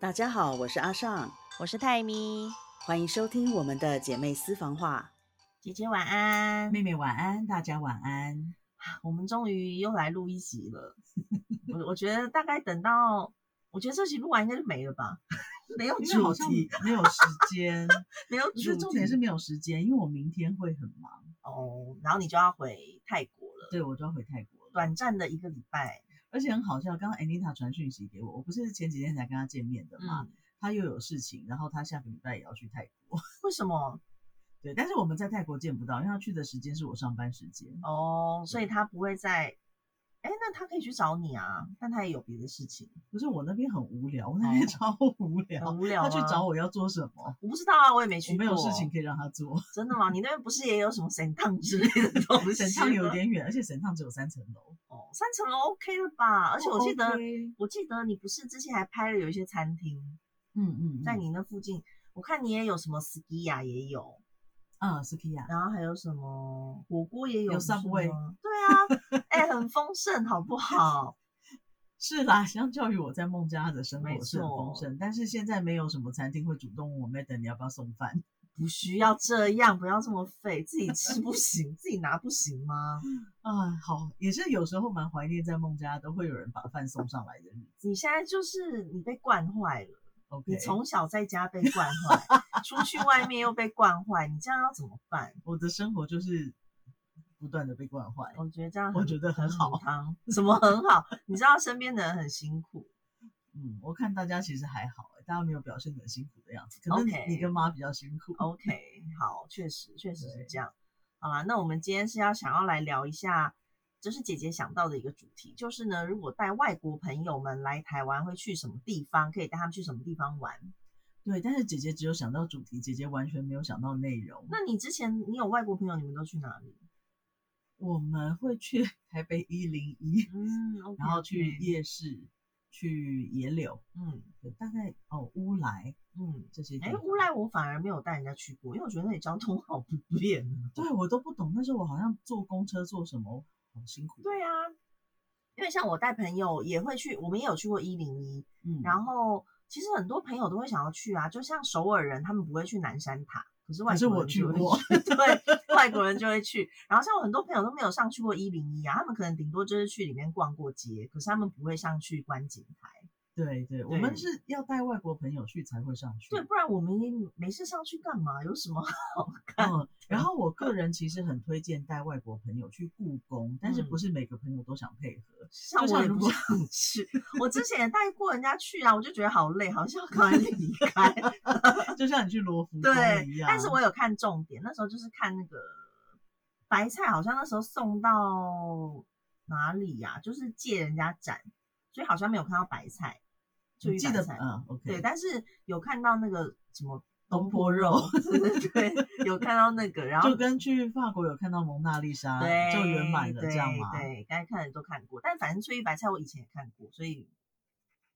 大家好，我是阿尚，我是泰咪，欢迎收听我们的姐妹私房话。姐姐晚安。妹妹晚安，大家晚安。我们终于又来录一集了。我我觉得大概等到，我觉得这集录完应该就没了吧，没有因为主好像题，没有时 间，没有不是主重点是题没有时间，因为我明天会很忙，哦。然后你就要回泰国了，对我就要回泰国了。短暂的一个礼拜。而且很好笑，刚刚 Anita 传讯息给我，我不是前几天才跟她见面的嘛，嗯，她又有事情，然后她下个礼拜也要去泰国。 为什么？对，但是我们在泰国见不到，因为她去的时间是我上班时间。哦，所以他不会在。哎，那他可以去找你啊，但他也有别的事情，不是我那边很无聊，我那边超无聊哦很。无聊她吗去找，我要做什么？我不知道啊，我也没去我没有过事情，可以让她做。真的吗？你那边不是也有什么神烫之类的东 西吗？沈烫有点远，而且沈烫只有三层楼。嗯哦，三层楼 OK 了吧？而且我记得，哦 OK 我记得你不是之前还拍了有一些餐厅嗯嗯，在你那附近，我看你也有什么 Ski 呀也有，啊 s k i a 然后还有什么火锅也有有不是吗 Subway 对啊，哎、很丰盛，好不好？是啦，相较于我在孟加拉的生没活是很丰错盛，但是现在没有什么餐厅会主动问我 Madam 你要不要送饭。不需要这样，不要这么废，自己吃不行，自己拿不行吗？啊，好，也是有时候蛮怀念在孟加拉都会有人把饭送上来的日子。你现在就是你被惯坏了， OK，你从小在家被惯坏，出去外面又被惯坏，你这样要怎么办？我的生活就是不断的被惯坏。我觉得这样我觉得很好母汤什么很好？你知道身边的人很辛苦，嗯，我看大家其实还好、欸大家没有表现得很辛苦的样子，可能 OK 哦你跟妈比较辛苦。 OK，好，确实确实是对这样。好啦，那我们今天是要想要来聊一下，就是姐姐想到的一个主题，就是呢，如果带外国朋友们来台湾会去什么地方，可以带他们去什么地方玩？对，但是姐姐只有想到主题，姐姐完全没有想到内容。那你之前你有外国朋友，你们都去哪里？我们会去 台北一零一，嗯，OK，然后去 OK 夜市，去野柳，嗯对，大概哦乌来嗯。这些地哎，方。乌来我反而没有带人家去过，因为我觉得那里交通 好不便啊。对我都不懂，那时候我好像坐公车坐什么，好辛苦。对啊，因为像我带朋友也会去，我们也有去过一零一，嗯，后然后其实很多朋友都会想要去啊，就像首尔人他们不会去南山塔，可是外可是国我人去就会过去 对，外国人就会去。然后像我很多朋友都没有上去过一零一啊，他们可能顶多就是去里面逛过街，可是他们不会上去观景台。对对，我对们是要带外国朋友去才会上去。对，不然我们也没事上去干嘛？有什么 好看？嗯，然后我个人其实很推荐带外国朋友去故宫，但是不嗯是每个朋友都想配合。像就我像也如不果想 去，我之前也带过人家去啊，我就觉得好累，好像要赶快离开。 就像你去罗浮宫一对，样。但是我有看重点，那时候就是看那个白菜，好像那时候送到哪里呀、就是借人家展，所以好像没有看到白菜，就你玉记白得菜。嗯，OK，对，但是有看到那个什么东坡肉，对对对，有看到那个，然后就跟去法国有看到蒙娜丽莎对就圆满了对这样嘛。对，该看的都看过，但反正翠玉白菜我以前也看过，所以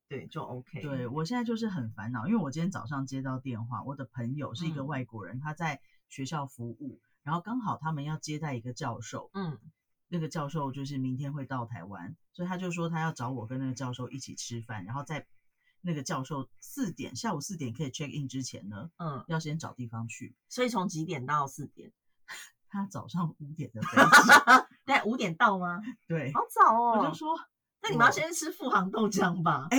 对就 OK。对，我现在就是很烦恼，因为我今天早上接到电话，我的朋友是一个嗯外国人，他在学校服务，然后刚好他们要接待一个教授，嗯那个教授就是明天会到台湾，所以他就说他要找我跟那个教授一起吃饭，然后在那个教授四点下午四点可以 check in 之前呢，嗯，要先找地方去。所以从几点到四点？他早上五点的飞机， 对，五点到吗？对，好早哦。我就说那你们要我先吃富航豆浆吧？哎、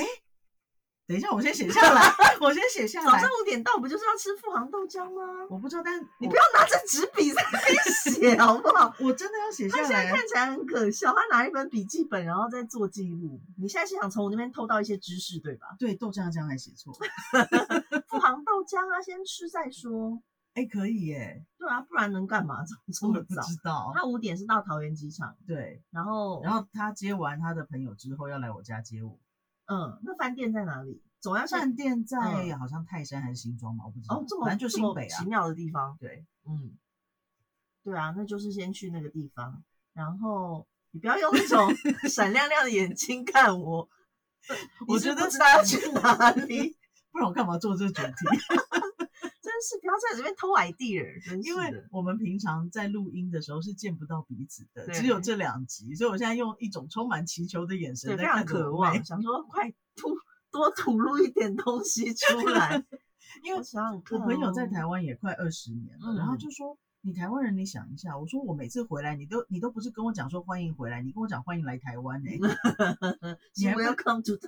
等一下，我先写下来，我先写下早来上。五点到不就是要吃富航豆浆吗？我不知道，但你我不要拿着纸笔在那 边写好不好？我真的要写他下现在来。？看起来很可笑，他拿一本笔记本，然后在做记录。你现在是想从我那边偷到一些知识，对吧对，豆浆浆还写错。富航豆浆啊，先吃再说。哎，可以耶，对啊，不然能干嘛？怎 么这我么也不早？知道。他五点是到桃园机场，对，然后然后他接完他的朋友之后要来我家接我，嗯，那饭店在哪里？总要饭店在嗯好像泰山还是新庄嘛，我不知道。哦，这么反正就这新么北啊奇。妙的地方。对，嗯，对啊，那就是先去那个地方，然后你不要用 那种闪亮亮的眼睛看我，我你是觉得不知道要去哪 里，不然我干嘛做这个主题？真是不要在这边偷 idea，真是因为的。我们平常在录音的时候是见不到彼此的，对只有这两集，所以我现在用一种充满祈求的眼神哎对，非在常看着渴我妹望，想说快吐，多吐露一点 东西出来。因为我想想看我哦、 朋友在台湾也快二十年了，然后嗯就说你台湾人，你想一下，我说我每次回来，你都你都不是跟我讲说欢迎回来，你跟我讲欢迎来台湾呢、你还不 Welcome to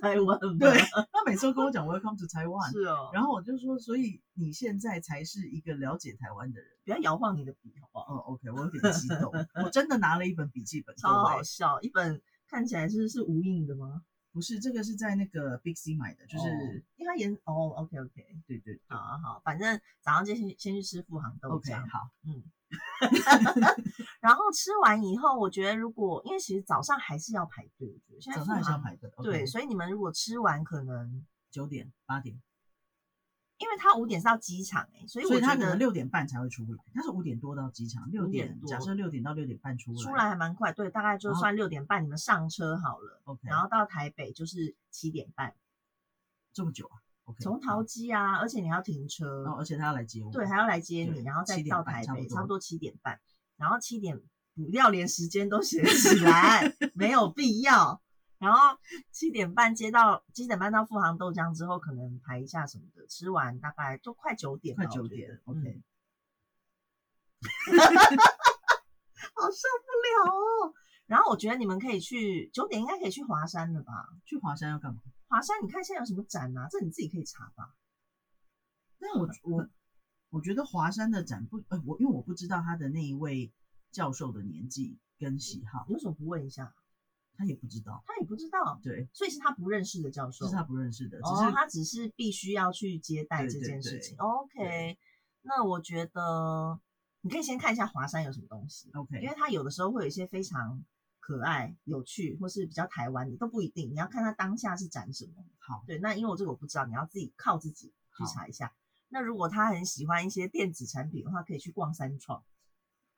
Taiwan 对吗，他每次都跟我讲 Welcome to Taiwan，是哦，然后我就说，所以你现在才是一个了解台湾的人。不要摇晃你的笔好不好？哦，OK，我有点激动，我真的拿了一本笔记本，各超好位，笑，一本看起来是是无印的吗？不是这个是在那个 Big C 买的，就是、哦因为它颜哦，OK OK，对对对好好呃好，反正早上先去先去吃富航豆，OK，浆，好，然后吃完以后，我觉得如果因为其实早上还是要排队，我觉得现在早上还富是要航排队，啊对，所以你们如果吃完可能。九点八点，因为它五点是到机场哎、所以所我以他觉可能得六点半才会出来，他是五点多到机场，六5点点多假设六点到六点半出来，出来还蛮快，对，大概就然后算六点半你们上车好了， OK，然后到台北就是七点半，这么久啊，OK，从桃好，哦机啊，而且你还要停车，然后而且他要来接我，对，还要来接对你，然后再7点到半台差不北，多差不多七点半，然后七点不要连时间都写 起来，没有必要。然后七点半接到七点半到富航豆浆之后，可能排一下什么的，吃完大概就快九点吧，快我九觉点得嗯，OK，好受不了哦。然后我觉得你们可以去九点应该可以去华山了吧？去华山要干嘛？华山你看现在有什么展啊？这你自己可以查吧。但我我我觉得华山的展不，呃，我因为我不知道他的那一位教授的年纪跟喜好，你为什么不问一下？他也不知道，他也不知道，对，所以是他不认识的教这授。是他不认识的，只哦，是他只是必须要去接待对这对件事对情。OK，那我觉得你可以先看一下华山有什么东西，因 OK，为它有的时候会有一些非常可爱、有趣，或是比较台湾的都不一定，你要看它当下是展什么。好，对，那因为我这个我不知道，你要自己靠自己去好查一下。那如果他很喜欢一些电子产品的话，可以去逛三创，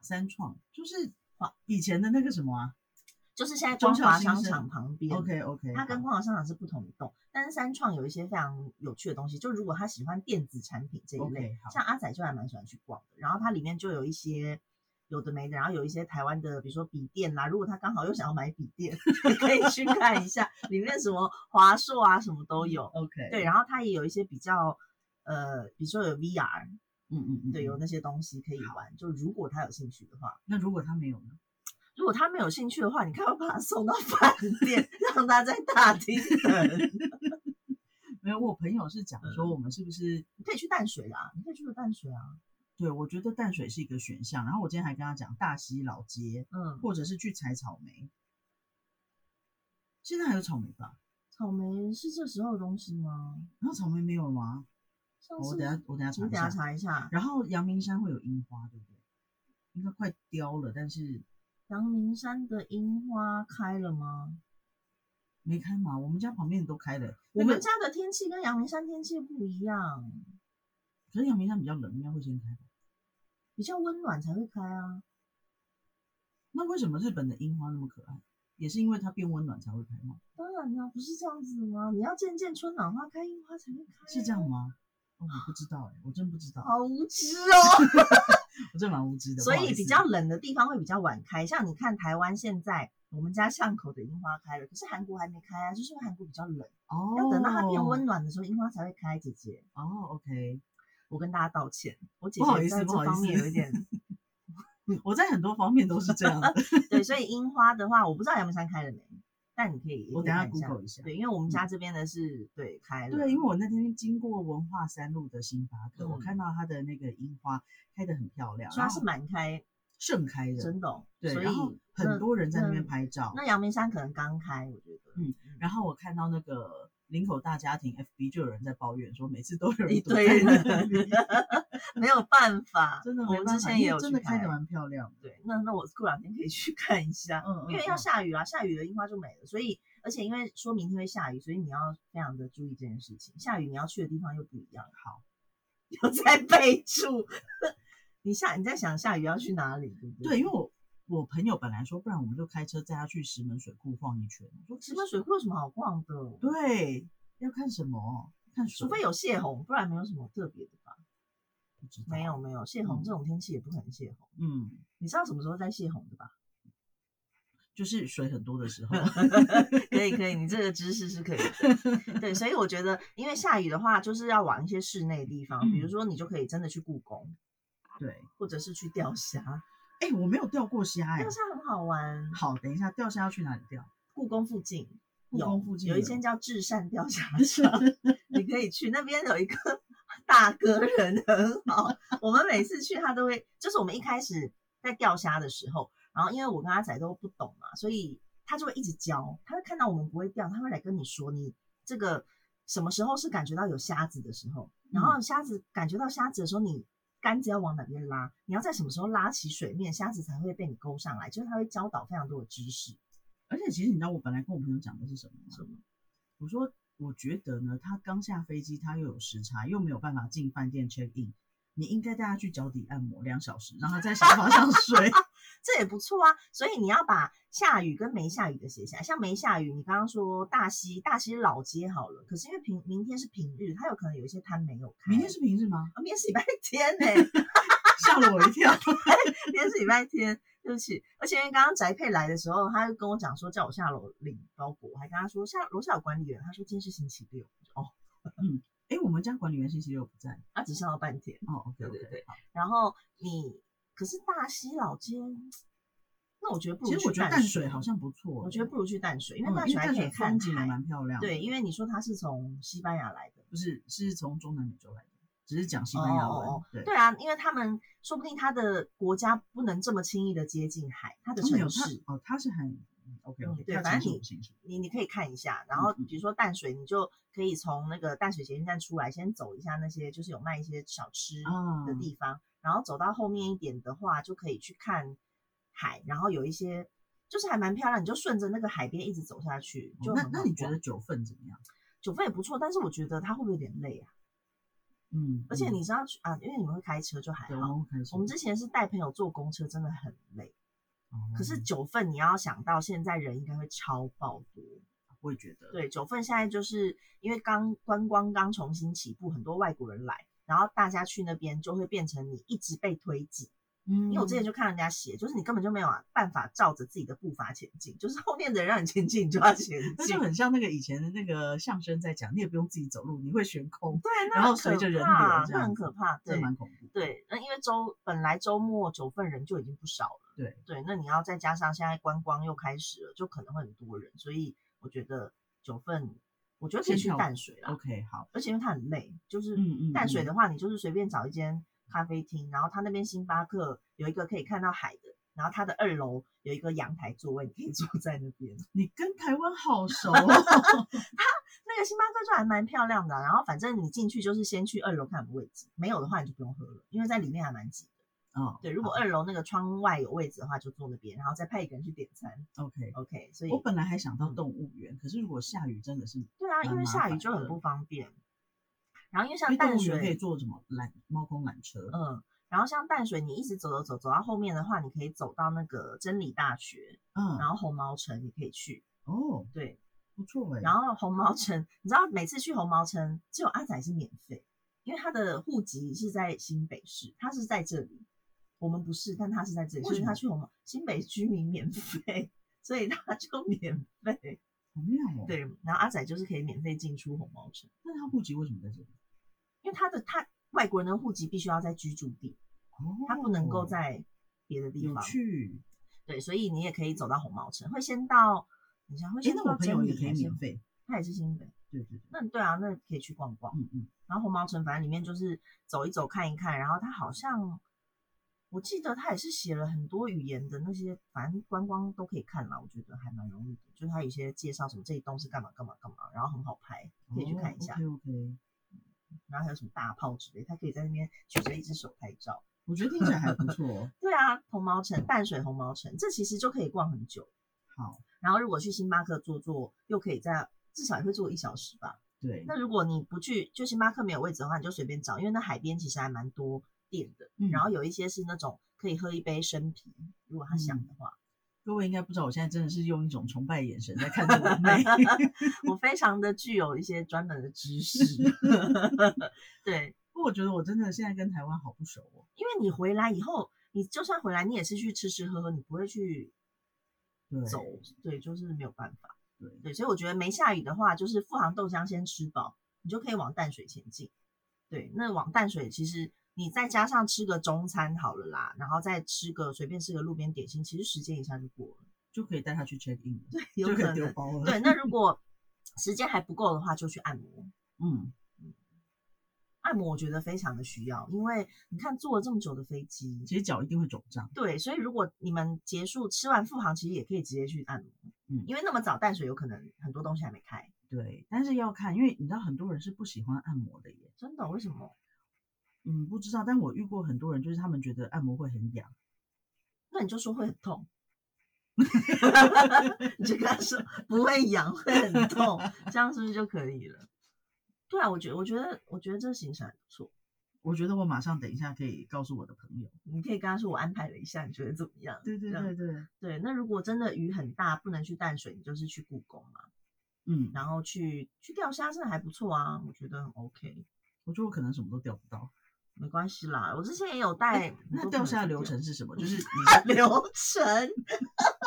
三创就是哦华以前的那个什么啊就是现在忠光孝华新商生场旁边。 ，OK OK，它跟光华商场是不同一栋，但是三创有一些非常有趣的东西。就如果他喜欢电子产品这一类 OK，好像阿仔就还蛮喜欢去逛的。然后它里面就有一些有的没的，然后有一些台湾的，比如说笔电啦，如果他刚好又想要买笔电， 也可以去看一下，里面什么华硕啊什么都有。 OK，对，，然后它也有一些比较呃，比如说有 VR，嗯嗯嗯，对，有嗯。那些东西可以玩。就如果他有兴趣的话，那如果他没有呢？如果他没有兴趣的话，你看要把他送到饭店， 让他在大厅等。没有，我朋友是讲嗯说我们是不是？你可以去淡水啊，你可以去淡水啊，对，我觉得淡水是一个选项。然后我今天还跟他讲大溪老街，嗯，或者是去采草莓。现在还有草莓吧？草莓是这时候的东西吗？然后草莓没有了吗？哦上我次等下我等下查你一等下下。查一下，然后阳明山会有樱花，对不对？应该快凋了，但是阳明山的樱花开了吗？没开嘛。我们家旁边都开了。我那个们家的天气跟阳明山天气不一样，可是阳明山比较冷，应该会先开吧。比较温暖才会开啊。那为什么日本的樱花那么可爱？也是因为它变温暖才会开吗？当然啦、不是这样子的吗？你要渐渐春暖花开，樱花才会开、啊是这样？吗？哦，我不知道哎、我真不知道，好无知哦。我真蛮无知的。所不好意以思比较冷的地方会比较晚开，像你看台湾现在。我们家巷口的樱花开了，可是韩国还没开啊，就是因为韩国比较冷，哦，要等到它变温暖的时候，樱花才会开。姐姐，哦，OK。我跟大家道歉，我姐不好意姐思在不这好意方面思有一点嗯我在很多方面都是这样的。 对，所以樱花的话，我不知道阳明山开了没，但你可以我也可以等下看一 Google 一下嗯对，因为我们家这边的是对开了，对，因为我那天经过文化三路的星巴克，嗯我看到它的那个樱花开得很漂亮，所以然它后是满开，盛开的，真的哦、对，所以然后很多人在那边。拍照那。那阳明山可能刚开，我觉得，嗯，然后我看到那个林口大家庭 FB 就有人在抱怨说，每次都有一人躲在堆那人 里没有办法，真的我没们办之法，前因也为有真去的开得蛮漂亮的。对，那那我过两天可以去 看一下，嗯嗯因为要嗯下雨啊，下雨了樱花就没了，所以而且因为说明天会下雨，所以你要非常的注意这件事情。下雨你要去的地方又不一样， 好，又在备注。 你下你在想下雨要去哪里，对不对？对，因为我我朋友本来说，不然我们就开车载他去石门水库晃一圈。我说石门水库有什么好逛的？对，要看什么？看水？除非有泄洪，不然没有什么特别的吧？不知道没有没嗯有，泄洪这种天气也不可能泄洪。嗯，你知道什么时候在泄洪的吧？就是水很多的时 候。可以可以，你这个知识是可以的。 对，所以我觉得，因为下雨的话，就是要往一些室内的地方，比如嗯说你就可以真的去故宫，对，或者是去钓虾，哎、我没有钓过虾哎、钓虾很好玩。好，等一下钓虾要去哪里钓？故宫附近故有宫附近有一有间叫至善钓虾场， 你可以去那边有一个 大哥人很好，我们每次去他都会，就是我们一开始在钓虾的时候，然后因为我跟阿仔都不懂嘛，所以他就会一直教，他会看到我们不会钓，他会来跟你说你这个什么时候是感觉到有虾子的时候，然后嗯虾子感觉到虾子的时候你。杆子要往哪边拉？你要在什么时候拉起水面，虾子才会被你勾上来？就是他会教导非常多的知识。而且其实你知道我本来跟我朋友讲的是什么吗？我说我觉得呢，他刚下飞机，他又有时差，又没有办法进饭店 check in，你应该带他去脚底按摩两小时，让他在沙发上睡。 这也不错啊。所以你要把下雨跟没下雨的写下来。像没下雨，你刚刚说大溪，大溪老街好了，可是因为平明天是平日，它有可能有一些摊没有开。明天是平日吗？啊，明天是礼拜天呢、 吓了我一跳。 明天是礼拜天，对不起。而且因为刚刚翟佩来的时候，他就跟我讲说叫我下楼领包裹，我还跟他说下楼下有管理员，他说今天是星期六，我就哦，哎、我们家管理员星期六不在。他只上了半天。哦，OK 对 OK，对对。然后你可是大溪老街，那我觉得不如其实我去啊觉得淡水好像不错、我觉得不如去淡水，因嗯，为淡水还淡可以水看风景海也。蛮漂亮的。对，因为你说他是从西班牙来的，不是是从中南美洲来的，只是讲西班牙文。哦哦哦对，对啊，因为他们说不定他的国家不能这么轻易的接近海，他的他们有城他市，哦，他是很 OK 嗯 OK，对他反城正市你我不清楚。你你可以看一下。然后嗯嗯比如说淡水，你就可以从那个淡水捷运站出来，先走一下那些就是有卖一些小吃啊的地方，然后走到后面一点的话，就可以去看海，然后有一些就是还蛮漂亮，你就顺着那个海边一直走下去，哦就那很那好你觉逛得九份怎么样？九份也不错，但是我觉得它会不会有点累啊？嗯，而且嗯你知道去啊，因为你们会开车就还对，我好。们会开始。我们之前是带朋友坐公车，真的很累。哦可是九份你要想到现在人应该会超爆多，我也觉得，对，九份现在就是因为刚观光刚重新起步，很多外国人来，然后大家去那边就会变成你一直被推挤。嗯，因为我之前就看人家写，就是你根本就没有啊办法照着自己的步伐前进，就是后面的人让你前进，你就要前那进就。很像那个以前的那个相声在讲，你也不用自己走路，你会悬空，对，那然很后随可着人流怕这那样很子可怕。这对蛮恐怖。，对，那因为周本来周末九份人就已经不少了。对对，那你要再加上现在观光又开始了，就可能会很多人，所以我觉得九份，我觉得可以先去跳淡水啦， ，OK，好，而且因为它很累，就是嗯嗯淡嗯水的话，你就是随便找一间咖啡厅，然后它那边星巴克有一个可以看到海的，然后它的二楼有一个阳台座位，你可以坐在那边。你跟台湾 好熟哦，那个星巴克就还蛮漂亮的啊、然后反正你进去就是先去二楼看有没有位置，没有的话你就不用喝了，因为在里面还蛮挤的。哦，对，如果二楼那个窗外有位置的话，就坐那边，然后再派一个人去点餐。好 OK。 OK，所以我本来还想到嗯动物园，可是如果下雨真的是，对啊，因蛮为麻下雨烦就很的不方便。然后因为因像为动淡物园可以水，坐什么缆猫空缆车，嗯，然后像淡水，你一直走走走走到后面的话，你可以走到那个真理大学，嗯，然后红毛城你可以去。哦，对，不错哎，然后红毛城，你知道每次去红毛城，只有阿仔是免费，因为他的户籍是在新北市，他是在这里，我们不是，但他是在这里，为所以什他么去红毛新北居民免费，所以他就免费。好妙哦，，对，然后阿仔就是可以免费进出红毛城。那他户籍为什么在这里？因为他的他外国人的户籍必须要在居住地，哦，他不能够在别的地有方。趣，对，所以你也可以走到红毛城，会先到，你想会哎，先那到我朋真友理也啊可以还是免，费，他也是新北。对对对，那对啊，那可以去逛逛。嗯嗯，然后红毛城反正里面就是走一走看一看，然后他好像我记得他也是写了很多语言的那些，反正观光都可以看啦，我觉得还蛮容易的。就是他有一些介绍什么这一栋是干嘛干嘛干嘛，然后很好拍，可以去看一下。 OK OK，然后还有什么大炮之类，他可以在那边举着一只手拍照。我觉得听起来还不错哦，对啊，红毛城、淡水红毛城，这其实就可以逛很久。好，然后如果去星巴克坐坐，又可以在至少也会坐一小时吧。对，那如果你不去，就星巴克没有位置的话，你就随便找，因为那海边其实还蛮多店的。嗯然后有一些是那种可以喝一杯生啤，如果他想的话。各位应该不知道，我现在真的是用一种崇拜的眼神在看着我妹。我非常的具有一些专门的知识。对， 不过我觉得我真的现在跟台湾好不熟哦。因为你回来以后，你就算回来，你也是去吃吃喝喝，你不会去。对走，对，就是没有办法。对对，所以我觉得没下雨的话，就是富航豆浆先吃饱，你就可以往淡水前进。对，那往淡水其实你再加上吃个中餐好了啦，然后再吃个随便吃个路边点心，其实时间一下就过了。就可以带他去 check in，了有就可可以丢能包了。对，，那如果时间还不够的话，就去按摩。嗯，按摩我觉得非常的需要，因为你看坐了这么久的飞机，其实脚一定会肿胀，对，所以如果你们结束吃完复航，其实也可以直接去按摩，嗯因为那么早淡水有可能很多东西还没开，对，但是要看，因为你知道很多人是不喜欢按摩的耶，真的为什么？嗯，不知道，但我遇过很多人，就是他们觉得按摩会很痒，那你就说会很痛， 你就跟他说不会痒，会很痛，这样是不是就可以了？对啊，我觉得，我觉得，我觉得这个行程还不错。我觉得我马上等一下可以告诉我的朋友，你可以跟他说我安排了一下，你觉得怎么样？对对这样对对，对。那如果真的雨很大，不能去淡水，你就是去故宫嘛，嗯，然后去去钓虾，真的还不错啊，我觉得很 OK，我觉得我可能什么都钓不到。没关系啦。我之前也有带很哎那多钓朋友虾去流钓程是什 么？就是你流程。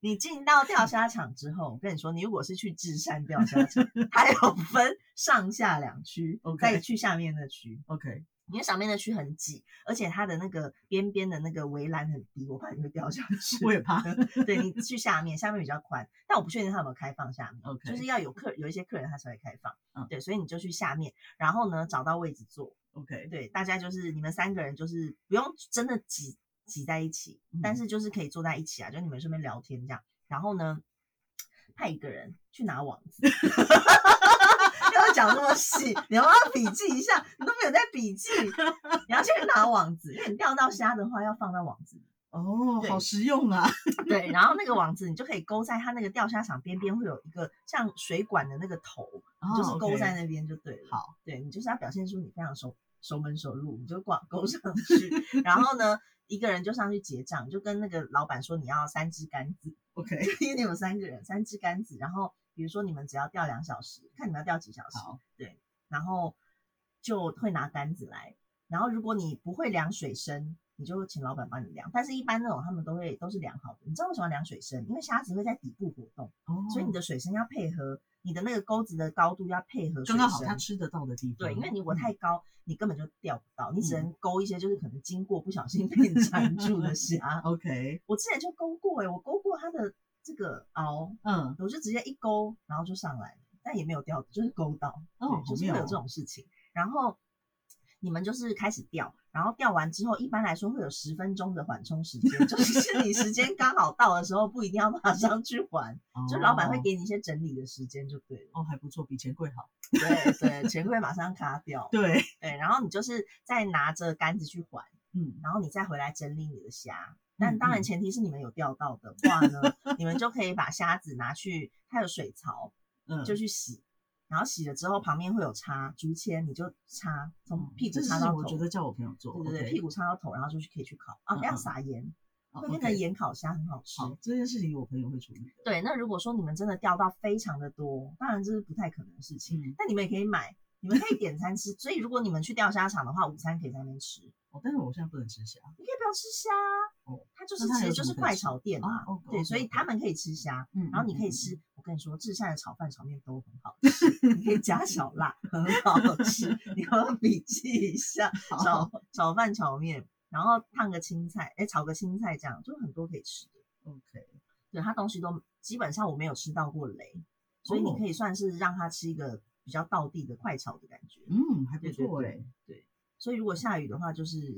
你进到钓嗯虾场之后，我跟你说，你如果是去智山钓虾场， 它有分上下两区 OK 再去下面的区， OK，因为上面的区很挤，而且它的那个边边的那个围栏很低，我怕你会掉下去。我也怕。 对你去下面，下面比较宽，但我不确定他有没有开放下面 OK 就是要有客有一些客人他才会开放，嗯对，所以你就去下面，然后呢找到位置坐， OK，对，大家就是你们三个人就是不用真的挤挤在一起，但嗯是就是可以坐在一起啊，就你们顺便聊天这样。然后呢，派一个人去拿网子， 要讲那么细，你要不要笔记一下？你都没有在笔记，你要去拿网子，因为你钓到虾的话要放到网子里。 哦，对好实用啊。对，然后那个网子你就可以勾在它那个钓虾场边边会有一个像水管的那个头，你就是哦勾在 OK 那边就对了。好，对你就是要表现出你非常熟熟门熟路，你就挂勾上去，然后呢，一个人就上去结账，就跟那个老板说你要三只杆子， OK，因为你们三个人三只杆子，然后比如说你们只要钓两小时，看你们要钓几小时，好，然后就会拿杆子来，然后如果你不会量水深。你就请老板帮你量，但是一般那种他们都会都是量好的。你知道为什么要量水深？因为虾子会在底部活动，哦，所以你的水深要配合你的那个钩子的高度要配合水刚刚好深他。吃得到的地方。对，因为你我太高，你根本就钓不到，你只嗯能勾一些就是可能经过不小心 被你缠住的虾。 OK，我之前就勾过哎、我勾过它的这个螯，嗯，我就直接一勾，然后就上来了，但也没有钓，就是勾到，哦对好就是会妙有哦这种事情。然后你们就是开始钓，然后钓完之后，一般来说会有十分钟的缓冲时间，就是你时间刚好到的时候，不一定要马上去还，就老板会哦。给你一些整理的时间就对了。哦，还不错，比钱柜好。对 对，钱柜马上卡掉。对，对，然后你就是再拿着杆子去还，嗯，然后你再回来整理你的虾。嗯但当然嗯前提是你们有钓到的话呢，你们就可以把虾子拿去，它有水槽，嗯，就去洗。然后洗了之后，旁边会有插竹签，你就插，从嗯屁股这插事情到头。我觉得叫我朋友做对对对， ，OK 屁股插到头，然后就去可以去烤啊，嗯不要嗯撒盐，哦会变成 OK 盐烤虾，很好吃。好，这件事情我朋友会处理的。对，那如果说你们真的钓到非常的多，当然这是不太可能的事情，嗯，那你们也可以买，你们可以点餐吃。所以如果你们去钓虾场的话，午餐可以在那边吃。哦，但是我现在不能吃虾。你可以不要吃虾哦，它就是那它其有实什就么是可以快吃炒店嘛哦，OK，OK，OK 对，所以他们可以吃虾，嗯，然后你可以嗯吃，我跟你说，至善的炒饭、炒面都很好 吃，你可以加小辣，很好吃，你要不要笔记一下， 好炒炒饭、炒面，然后烫个青菜，哎，炒个青菜这样，就很多可以吃的。嗯 OK，对，它东西都基本上我没有吃到过雷，所以你哦可以算是让它吃一个比较道地的快炒的感觉。嗯，还不对对错对哎。所以如果下雨的话，就是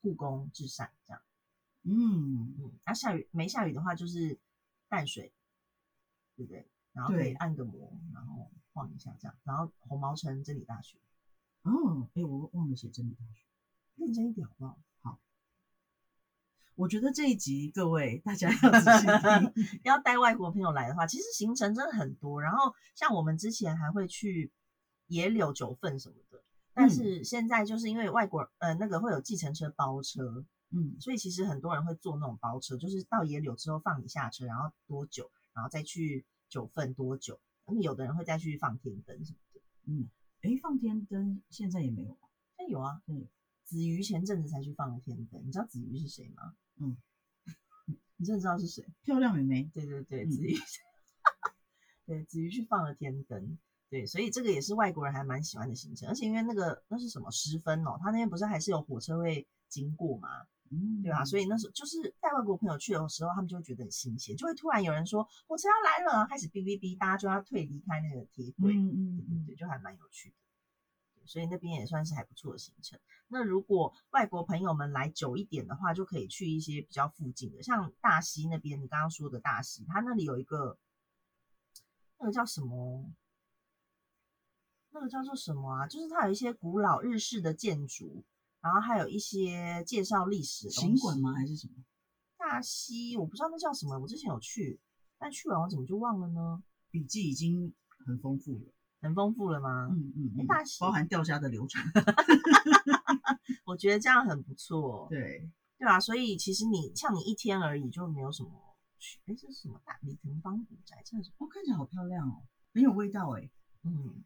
故宫、至善这样。嗯，嗯，那下雨没下雨的话就是淡水，对不对？然后可以对按个摩，然后晃一下这样，然后红毛城真理大学，哦，哎，我忘了写真理大学。认真一点好不好？我觉得这一集各位大家要仔细 听。要带外国朋友来的话，其实行程真的很多。然后像我们之前还会去野柳九份什么的，但嗯是现在就是因为外国呃那个会有计程车包车，嗯，所以其实很多人会坐那种包车，就是到野柳之后放你下车，然后多久，然后再去九份多久。那么有的人会再去放天灯什么的。哎，放天灯现在也没有啊。那有啊，嗯子瑜前阵子才去放了天灯，你知道子瑜是谁吗？嗯， 你真的知道是谁？漂亮妹妹，对对对，嗯子瑜， 对子瑜去放了天灯，对，所以这个也是外国人还蛮喜欢的行程，而且因为那个那是什么十分哦，他那边不是还是有火车会经过嘛，嗯，对吧、所以以那时候就是带外国朋友去的时候，他们就会觉得很新鲜，就会突然有人说火车要来了，开始哔哔哔，大家就要退离开那个铁嗯轨，对嗯对嗯对，就还蛮有趣的。对所以那边也算是还不错的行程。那如果外国朋友们来久一点的话，就可以去一些比较附近的，像大溪那边，你刚刚说的大溪，它那里有一个那个叫什么？那个叫做什么啊？就是它有一些古老日式的建筑，然后还有一些介绍历史的东行馆西吗？还是什么？大溪，我不知道那叫什么，我之前有去，但去完我怎么就忘了呢？笔记已经很丰富了，很丰富了吗？嗯嗯嗯哎大，喜包含钓虾的流程，我觉得这样很不错。哦对，对啊，所以其实你像你一天而已，就没有什么去。哎，这是什么大李腾邦古宅？这是什么哦，看起来好漂亮哦，很有味道哎，嗯，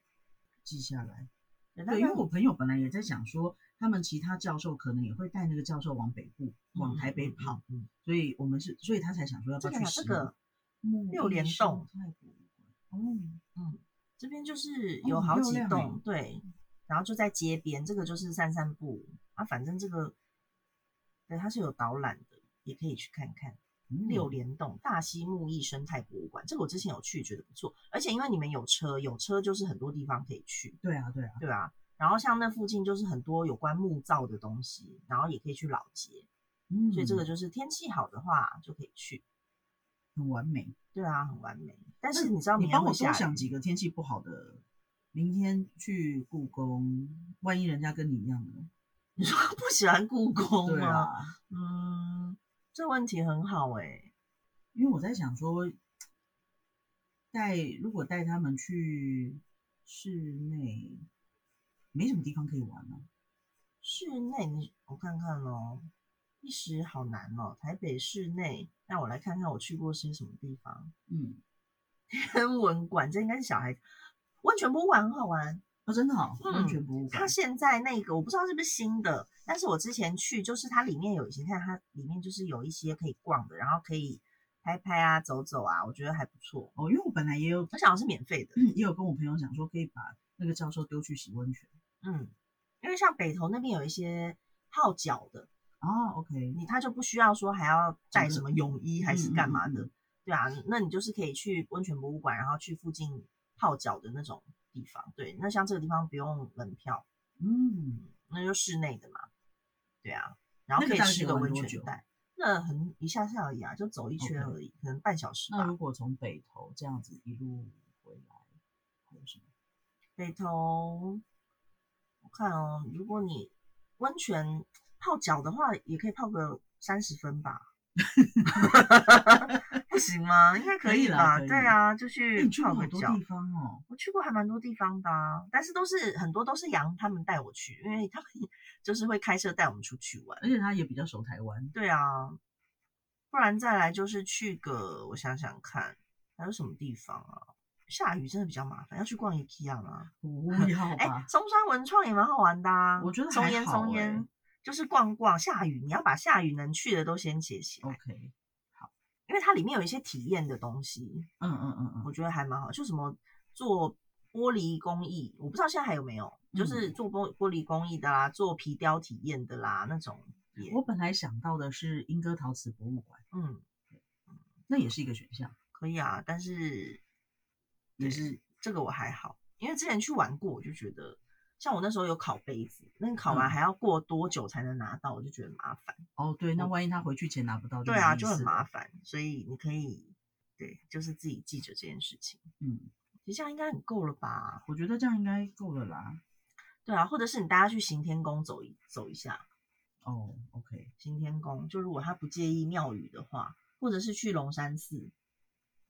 记下来。对对，因为我朋友本来也在想说，他们其他教授可能也会带那个教授往北部，往台北跑，，嗯嗯嗯嗯所以我们是，所以他才想说要不这要个去啦石这门个木六艺联生动态博物馆哦，这边就是哦有很好漂几亮栋，对，然后就在街边，这个就是散散步啊，反正这个对它是有导览的，也可以去看看。嗯六联动大溪木艺生态博物馆，这个我之前有去，觉得不错。而且因为你们有车，有车就是很多地方可以去，对啊对啊，对啊。然后像那附近就是很多有关木造的东西，然后也可以去老街，嗯，所以这个就是天气好的话就可以去。很完美。对啊，很完美。但那是你知道你明天帮会我多下想雨，几个天气不好的，明天去故宫，万一人家跟你一样呢？你说不喜欢故宫对吗？啊，嗯，这问题很好哎、因为我在想说，带如果带他们去室内，没什么地方可以玩啊呢、室内你我看看哦，一时好难哦。台北市内，让我来看看我去过些什么地方。嗯，天文馆，这应该是小孩子。温泉博物馆很好玩，哦，真的好、嗯温泉博物馆它，现在那个我不知道是不是新的，但是我之前去就是它里面有一些，看它里面就是有一些可以逛的，然后可以拍拍啊、走走啊，我觉得还不错。哦，因为我本来也有嗯而且好像是免费的，也有跟我朋友讲说，可以把那个教授丢去洗温泉。嗯，因为像北投那边有一些号角的，哦，OK，你他就不需要说还要带什么泳衣还是干嘛嗯嗯的，嗯对啊，那你就是可以去温泉博物馆，然后去附近泡脚的那种地方，对，那像这个地方不用门票。嗯，那就室内的嘛，对啊，然后那可个以大概吃可以个玩温多泉久带，那很一下下而已啊，就走一圈 OK 嗯而已可能半小时那吧如。果从北投这样子一路回来，还有什么？北投，我看哦，如果你温泉泡脚的话，也可以泡个三十分吧， 不行吗？应该可以啦吧？可以对啊，就哎去你去过泡好个多脚地。方哦，我去过还蛮多地方的、啊，但是都是很多都是杨他们带我去，因为他们 就是会开车带我们出去玩。而且他也比较熟台湾。对啊，不然再来就是去个，我想想看，还有什么地方啊？下雨真的比较麻烦，要去逛 IKEA 吗？ 不要哎、吧，松山文创也蛮好玩的啊，我觉得松还烟好松烟欸就是逛逛。下雨你要把下雨能去的都先写起来 OK，因为它里面有一些体验的东西，嗯嗯嗯嗯，我觉得还蛮好，就什么做玻璃工艺，我不知道现在还有没有，就是嗯做玻玻璃工艺的啦，做皮雕体验的啦那种也，我本来想到的是莺歌陶瓷博物馆，嗯，那也是一个选项，可以啊，但是也对是这个我还好，因为之前去玩过，我就觉得像我那时候有烤杯子，那烤完嗯还要过多久才能拿到，我就觉得麻烦。哦对，那万一他回去前拿不到，对啊，没意就很思麻了。烦，所以你可以对，就是自己记着这件事情，嗯，其实这样应该很够了吧？我觉得这样应该够了啦。对啊，或者是你大家去行天宫走一走一下，哦，OK，行天宫就如果他不介意庙宇的话，或者是去龙山寺，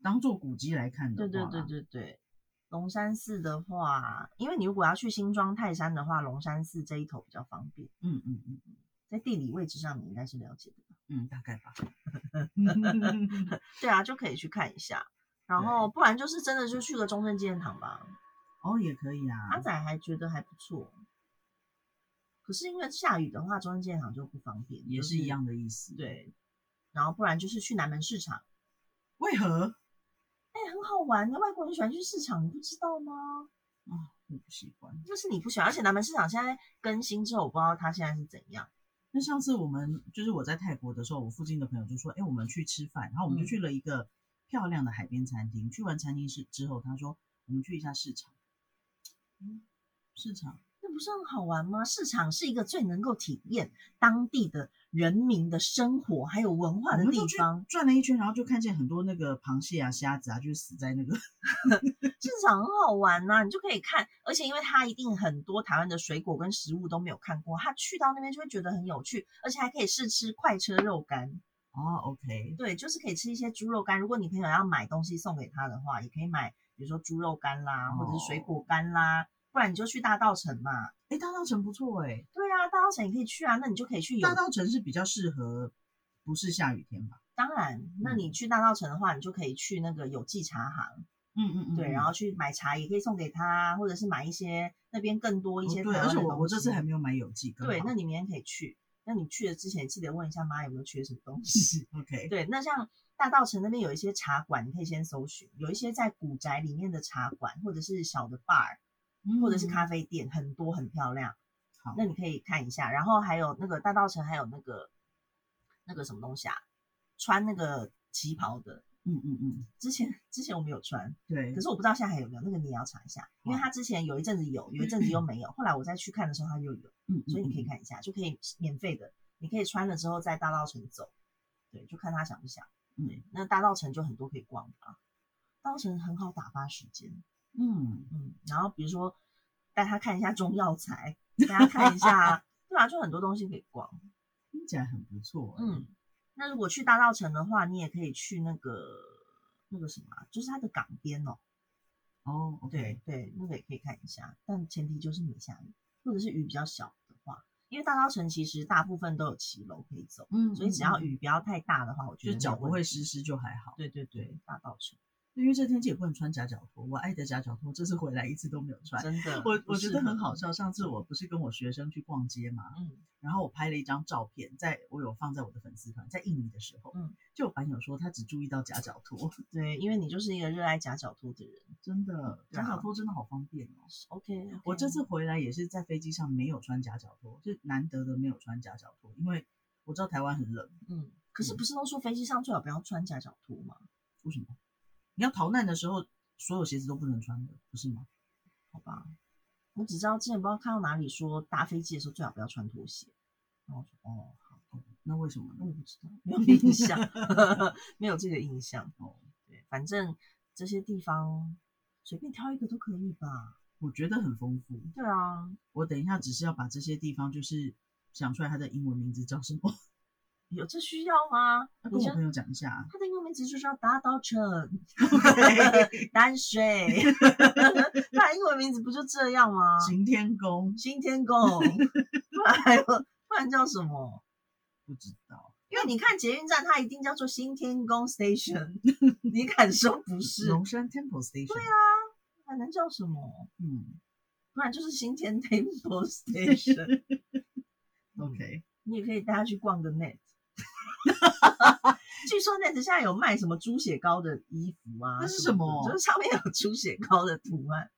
当做古迹来看的对话对啦，对对对，龙山寺的话，因为你如果要去新庄泰山的话，龙山寺这一头比较方便，嗯嗯嗯在地理位置上你应该是了解的。嗯，大 概吧。对啊，就可以去看一下。然后不然就是真的就去个中正纪念堂吧。哦，也可以啊阿。仔还觉得还不错，可是因为下雨的话，中正纪念堂就不方便，也就是一样的意思。对。然后不然就是去南门市场，为何？哎、很好玩的。外国人喜欢去市场，你不知道吗？我不喜欢。就是你不喜欢，而且南门市场现在更新之后，我不知道它现在是怎样。那上次我们就是我在泰国的时候，我附近的朋友就说，哎、我们去吃饭，然后我们就嗯去了一个漂亮的海边餐厅。去完餐厅是之后，他说我们去一下市场，嗯，市场那不是很好玩吗？市场是一个最能够体验当地的人民的生活还有文化我的们地就去方。转了一圈，然后就看见很多那个螃蟹啊、虾子啊，就是死在那个 市场很好玩呐、你就可以看，而且因为它一定很多台湾的水果跟食物都没有看过，他去到那边就会觉得很有趣，而且还可以试吃快车肉干，哦，OK，对，就是可以吃一些猪肉干。如果你朋友要买东西送给他的话，也可以买，比如说猪肉干啦，或者是水哦果干啦，不然你就去大道城嘛。哎、大稻城不错哎、对啊，大道城也可以去啊，那你就可以去有大稻城是比较适合不是下雨天吧？当然，那你去大稻城的话，你就可以去那个有记茶行，嗯嗯对，然后去买茶也可以送给他，或者是买一些那边更多一哦些台对，湾而的且东西。我我这次还没有买有机，刚对，好那你明天可以去。那你去了之前，记得问一下妈有没有缺什么东西。 OK，对，那像大稻城那边有一些茶馆，你可以先搜寻，有一些在古宅里面的茶馆，或者是小的 bar，或者嗯是咖啡店，很多很漂亮。好，那你可以看一下。然后还有那个大稻城，还有那个那个什么东西啊，穿那个旗袍的，嗯嗯嗯，之前之前我们有穿，对可，是我不知道现在还有没有，那个你也要查一下，因为它之前有一阵子有，有一阵子又没有，后来我再去看的时候它又有，嗯，所以你可以看。嗯看一下，就可以免费的，你可以穿了之后在大稻城走，对，就看他想不想。嗯那大稻城就很多可以逛的啊，大稻城很好打发时间，嗯，嗯，然后比如说带他看一下中药材，带他看 一下，对啊，就很多东西可以逛。听起来很不错。欸嗯，，那如果去大稻城的话，你也可以去那个那个什么、啊，就是它的港边哦。哦对，OK，对，那个也可以看一下，但前提就是没下雨，或者是雨比较小的话，因为大稻城其实大部分都有骑楼可以走，嗯所以只要，雨不要太大的话，我觉就得是脚没有不问会题。湿湿就还好。对对对，大稻城因为这天气也不能穿夹脚拖，我爱的夹脚拖这次回来一次都没有穿。真的，我不我觉适得很合好，笑，上次我不是跟我学生去逛街嘛，嗯，然后我拍了一张照片，在我有放在我的粉丝团，在印尼的时候，嗯，就有版友说他只注意到夹脚拖， 对，因为你就是一个热爱夹脚拖的人真的对啊啊夹脚拖真的好方便哦。 ，OK，我这次回来也是在飞机上没有穿夹脚拖，是难得的没有穿夹脚拖，因为我知道台湾很冷，嗯，可是嗯不是都说飞机上最好不要穿夹脚拖吗？为什么？你要逃难的时候，所有鞋子都不能穿的，不是吗？好吧，我只知道之前不知道看到哪里说搭飞机的时候最好不要穿拖鞋，然后我说哦，好，哦，那为什么我呢？也不知道， 没有印象，没有这个印象。哦，对，反正这些地方随便挑一个都可以吧。我觉得很丰富。对啊，我等一下只是要把这些地方就是想出来它的英文名字叫什么，有这需要吗？要你跟我就朋友讲一下 啊。它的英文名字就叫大稻城 OK 淡水， 它英文名字不就这样吗？行天宫新 天宫，不然还有不然叫什么？不知道，因为你看捷运站，它一定叫做新天 宫 Station，你敢说不是？龙山 Temple Station。对啊，还能叫什么？嗯不然就是新 天 Temple Station。 ，OK，你也可以带他去逛个 Net。据说 Net 现在有卖什么猪血糕的衣服啊？那是的什么就是上面有猪血糕的图案，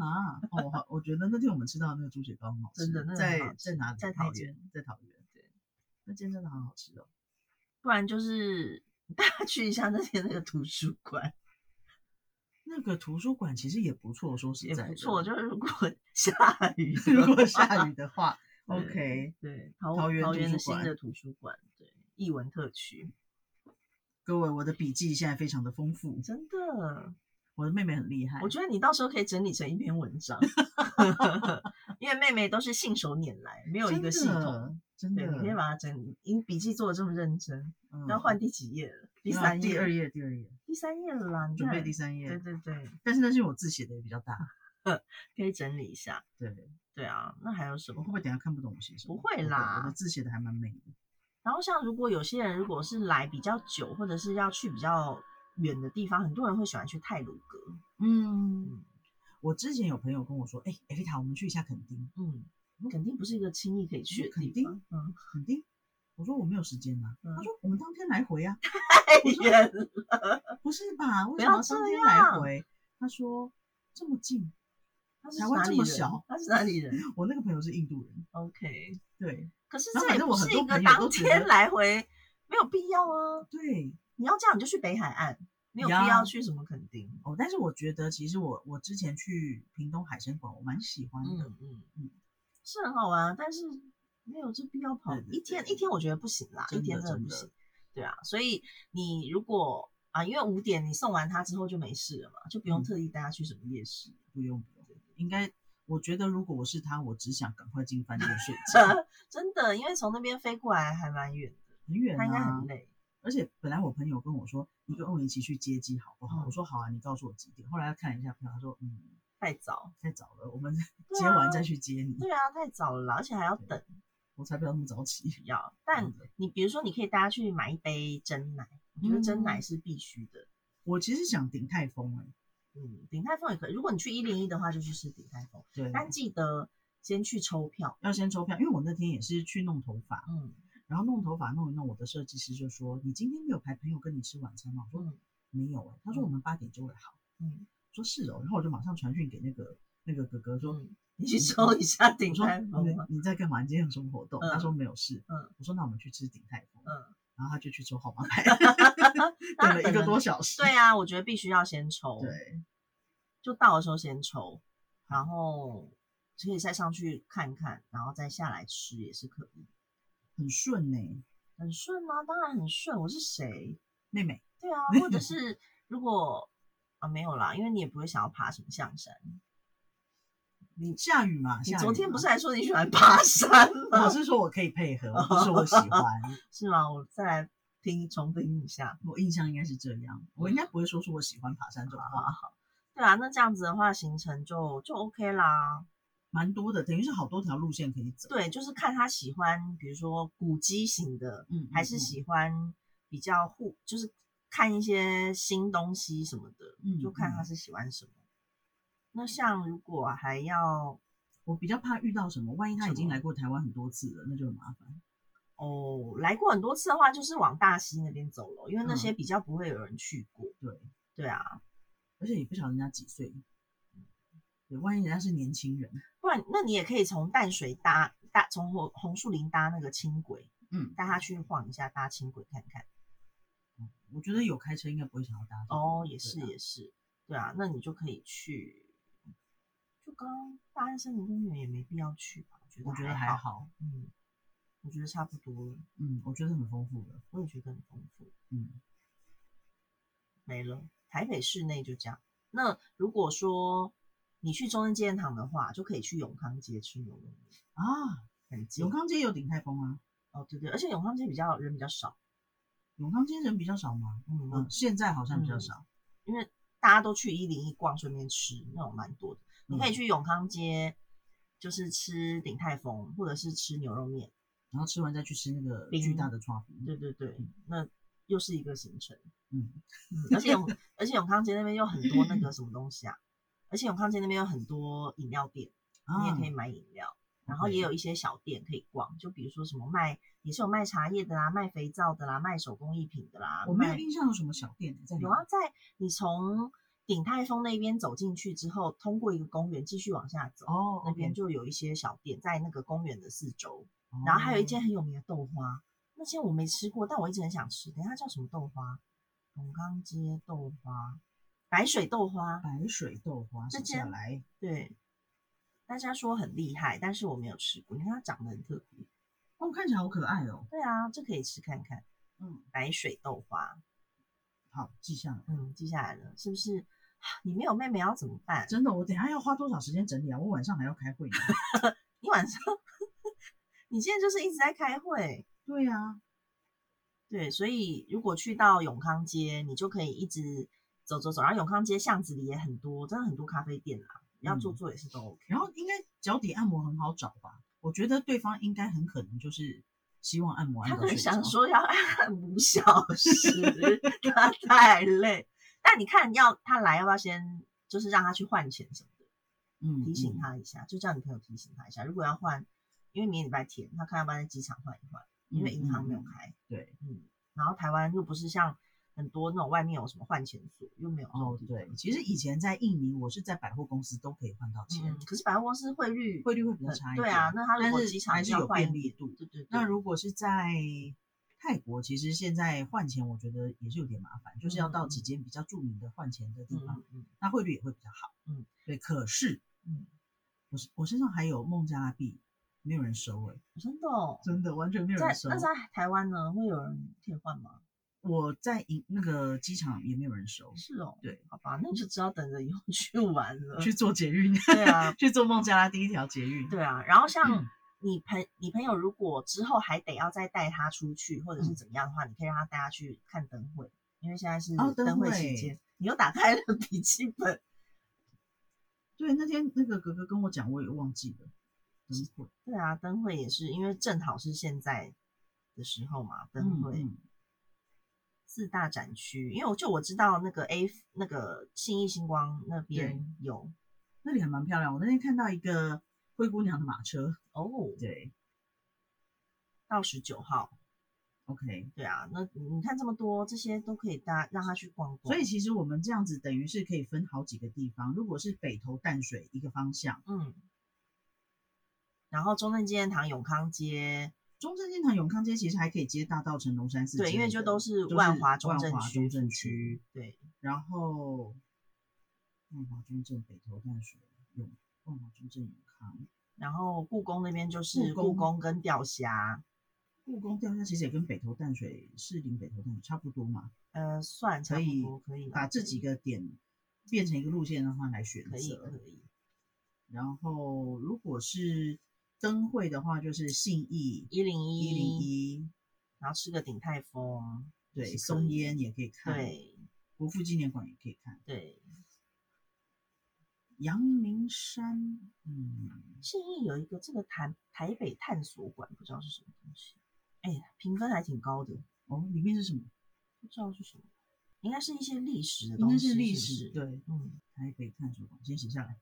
啊，哦，好，我觉得那天我们吃到的那个猪血糕很好吃，嗯真的那个在很好吃在哪里？在那桃间园，在桃园，对，那间真的好好吃哦。不然就是大家去一下那天那个图书馆那个图书馆其实也不错，说实也在不的，错。就是如果下雨 如果雨，下雨的话 对嗯，OK，对桃桃园桃图园的书新馆的图书馆，对艺文特区，各位，我的笔记现在非常的丰富，真的，我的妹妹很厉害，我觉得你到时候可以整理成一篇文 章，因为妹妹都是信手拈来，没有一个系统。真的，对，真你的，可以把它整理。你笔记做的这么认真，嗯要换第几页了？第没有三页，第二页，第二页，第三页了啦。你准备看第三页，对对对，但是那是我字写的也比较大，可以整理一下。对，对啊，那还有什我么会不？会等一下看不懂我写什么？不会我的啦我的字写的还蛮美的。然后像如果有些人如果是来比较久，或者是要去比较远的地方，很多人会喜欢去泰鲁阁。嗯，我之前有朋友跟我说，哎、艾丽塔，我们去一下垦丁，嗯，肯定不是一个轻易可以去的 垦地丁方。嗯，垦丁，我说我没有时间啊。嗯他说我们当天来回啊。太远了，不是吧？为不什要么这当天来样回？他说这么近。他是台湾哪这里么人小他是哪里人我那个朋友是印度人， ？OK，对可是然后这反也正不我很是多一个朋友当都觉天得来回，没有必要啊。对你要这样你就去北海岸，没有必呀要去什么垦丁。哦。但是我觉得其实我我之前去屏东海参馆，我蛮喜欢的。嗯嗯嗯，是很好玩啊，但是没有这必要跑对对一天，对一天我觉得不行啦，一真天的真的真不的行。对啊，所以你如果啊，因为五点你送完他之后就没事了嘛，就不用嗯特地带他去什么 夜市。不用不用，应该我觉得如果我是他，我只想赶快进饭店睡 觉，真真的，因为从那边飞过来还蛮远的，很远他应该啊很。累。而且本来我朋友跟我说，你跟我一起去接机好不嗯好？我说好啊，你告诉我几点。后来他看了一下票，他说嗯，太早，太早了，我们对接完再啊去接你。对啊，太早了啦，而且还要对等。我才不要那么早起。要， 但真的你比如说，你可以带他去买一杯真奶，我觉得真奶嗯是必须的。我其实想顶泰丰哎、嗯，鼎泰丰也可以。如果你去一零一的话，就去吃鼎泰丰，对，但记得先去抽票。要先抽票，因为我那天也是去弄头发，嗯然后弄头发弄一弄，我的设计师就说：“你今天没有排朋友跟你吃晚餐吗？”我说：“嗯没有哎、他说：“我们八点就会好。嗯，”我说：“是哦。”然后我就马上传讯给那个那个哥哥说：“嗯你去抽一下鼎我说泰丰啊吧。你你在干嘛？你今天有什么活动？”他嗯说：“没有事。”嗯我说：“那我们去吃鼎泰丰。”嗯，然后他就去抽号码牌， 那等了一个等多小时。 对啊，我觉得必须要先抽，对，就到的时候先抽，然后可以再上去看看，然后再下来吃也是可以。很顺呢、欸很顺吗？当然很顺。我是谁？妹妹。对啊，或 者是如果啊没有啦，因为你也不会想要爬什么象山。你下雨嘛？你下昨雨天不嘛是还说你喜欢爬山吗？ 我是说我可以配合，我不是说我喜 欢。是吗？我再来听重听一下。我印象应该是这样，我应该不会说出我喜欢爬山这种话，对啊，那这样子的话，行程就就 OK 啦。蛮多的，等于是好多条路线可以走。对，就是看他喜欢，比如说古迹型的，嗯，嗯还是嗯喜欢比较互，就是看一些新东西什么的，嗯就看他嗯是喜欢什么。那像如果还要我比较怕遇到什么，万一他已什经么来过台湾很多次了，那就很麻烦。哦，来过很多次的话，就是往大溪那边走了，因为那嗯些比较不会有人去过。对，对啊，而且也不晓得人家几岁，对，万一人家是年轻人，不然那你也可以从淡水搭搭从红红树林搭那个轻轨，嗯，带他去晃一下搭轻轨看看。我觉得有开车应该不会想要搭这个哦，对也是啊也是，对啊，那你就可以去，就刚刚大安森林公园也没必要去吧，我觉得我觉得还还好，好，嗯，我觉得差不多了，嗯，我觉得很丰富的，我也觉得很丰富。嗯，没了。台北市内就这样。那如果说你去中正纪念堂的话，就可以去永康街吃牛肉面，啊，很近永。康街有鼎泰丰啊，哦，对对，而且永康街比较人比较少，永康街人比较少吗？嗯，嗯，现在好像比较嗯少，因为大家都去一零一逛，顺便吃那种蛮多的。你可以嗯去永康街，就是吃鼎泰丰，或者是吃牛肉面。然后吃完再去吃那个巨大的串饼，对对对，那又是一个行程。嗯。嗯，而且永而且永康街那边有很多那个什么东西啊，而且永康街那边有很多饮料店。你也可以啊买饮料，然后 OK 也有一些小店可以逛，就比如说什么卖也是有卖茶叶的啦，卖肥皂的啦，卖手工艺品的啦。我没有卖印象有什么小店在哪里有啊，在你从鼎泰丰那边走进去之后，通过一个公园继续往下走，哦，那边 OK，就有一些小店，在那个公园的四周。哦然后还有一间很有名的豆花，那间我没吃过，但我一直很想吃。等一下叫什么豆花？永康街豆花，白水豆花，白水豆花，这省下间来对，大家说很厉害，但是我没有吃过，你看它长得很特别。哦，看起来好可爱哦，对啊，这可以吃看看。嗯，白水豆花，好记下来。嗯，记下来了，是不是？ 你没有妹妹要怎么办？真的，我等一下要花多少时间整理啊？我晚上还要开会呢。 你晚上， 你现在就是一直在开会，对啊，对，所以如果去到永康街，你就可以一直走走走，然后永康街巷子里也很多，真的很多咖啡店啦，要坐嗯坐也是都 OK。然后应该脚底按摩很好找吧？我觉得对方应该很可能就是希望按摩按他到可睡能着想。说要按五小时， 他太累。但你看，要他来要不要先就是让他去换钱什么的，嗯，提醒嗯他一下，就叫你朋友提醒他一下。如果要换，因为明天礼拜天，他看要不要在机场换一换。因为嗯银行没嗯有嗯开。对，嗯，然后台湾又不是像很多那种外面有什么换钱所，又没有这种哦地对方，其实以前在印尼，我是在百货公司都可以换到钱嗯，，可是百货公司汇率汇率会比较很差一点。对啊，那他如但果是机还场是要有换便一利点度。对对对。那如果是在泰国，其实现在换钱我觉得也是有点麻烦，就是要到几嗯嗯间比较著名的换钱的地嗯方，嗯嗯那汇率也会比较好。嗯，对。可是嗯，我是我身上还有孟加拉币，没有人收哎、真的哦，真的完全没有在人收。那在台湾呢，会有人替换吗？我在银那个机场也没有人收，是哦，对，好吧，那就只好等着以后去玩了。去做捷运， 对啊去做孟加拉第一条捷运。对啊，然后像嗯你朋你朋友如果之后还得要再带他出去，或者是嗯怎么样的话，你可以让他带他去看灯会，因为现在是哦灯灯会会期间。你又打开了笔记本，对，那天那个哥哥跟我讲，我也忘记了。怎么会对啊，灯会也是因为正好是现在的时候嘛，灯嗯会。嗯四大展区，因为我就我知道那个 A 那个信义星光那对边有那里还蛮漂亮。我那天看到一个灰姑娘的马车，哦，对到十九号， ，OK。对啊，那你看这么多，这些都可以大让他去逛逛。所以，其实我们这样子等于是可以分好几个地方。如果是北投淡水一个方向，嗯，然后中正纪念堂、永康街，中正纪堂、永康街其实还可以接大道城、龙山寺之类对，的，因为就都是就是万华中万正华区，中正区，对，然后万华中正、北投淡水、永万华中正、永康、然后故宫那边就是故宫故宫跟吊霞，故宫掉下，其实也跟北投淡水、士林北投淡水差不多嘛。呃，算差可以不多可以啦把这几个点变成一个路线的话来选可以可择。以，然后如果是灯会的话，就是信义一零一一零，一，然后吃个鼎泰丰，对，是松可以烟也可以看，，对国父纪念馆也可以看，对。阳明山，嗯，信义有一个这个台台北探索馆，不知道是什么东西，哎，评分还挺高的，哦，里面是什么？不知道是什么，应该是一些历史的应东该西，是历不史，是，对，嗯，台北探索馆，先写下来。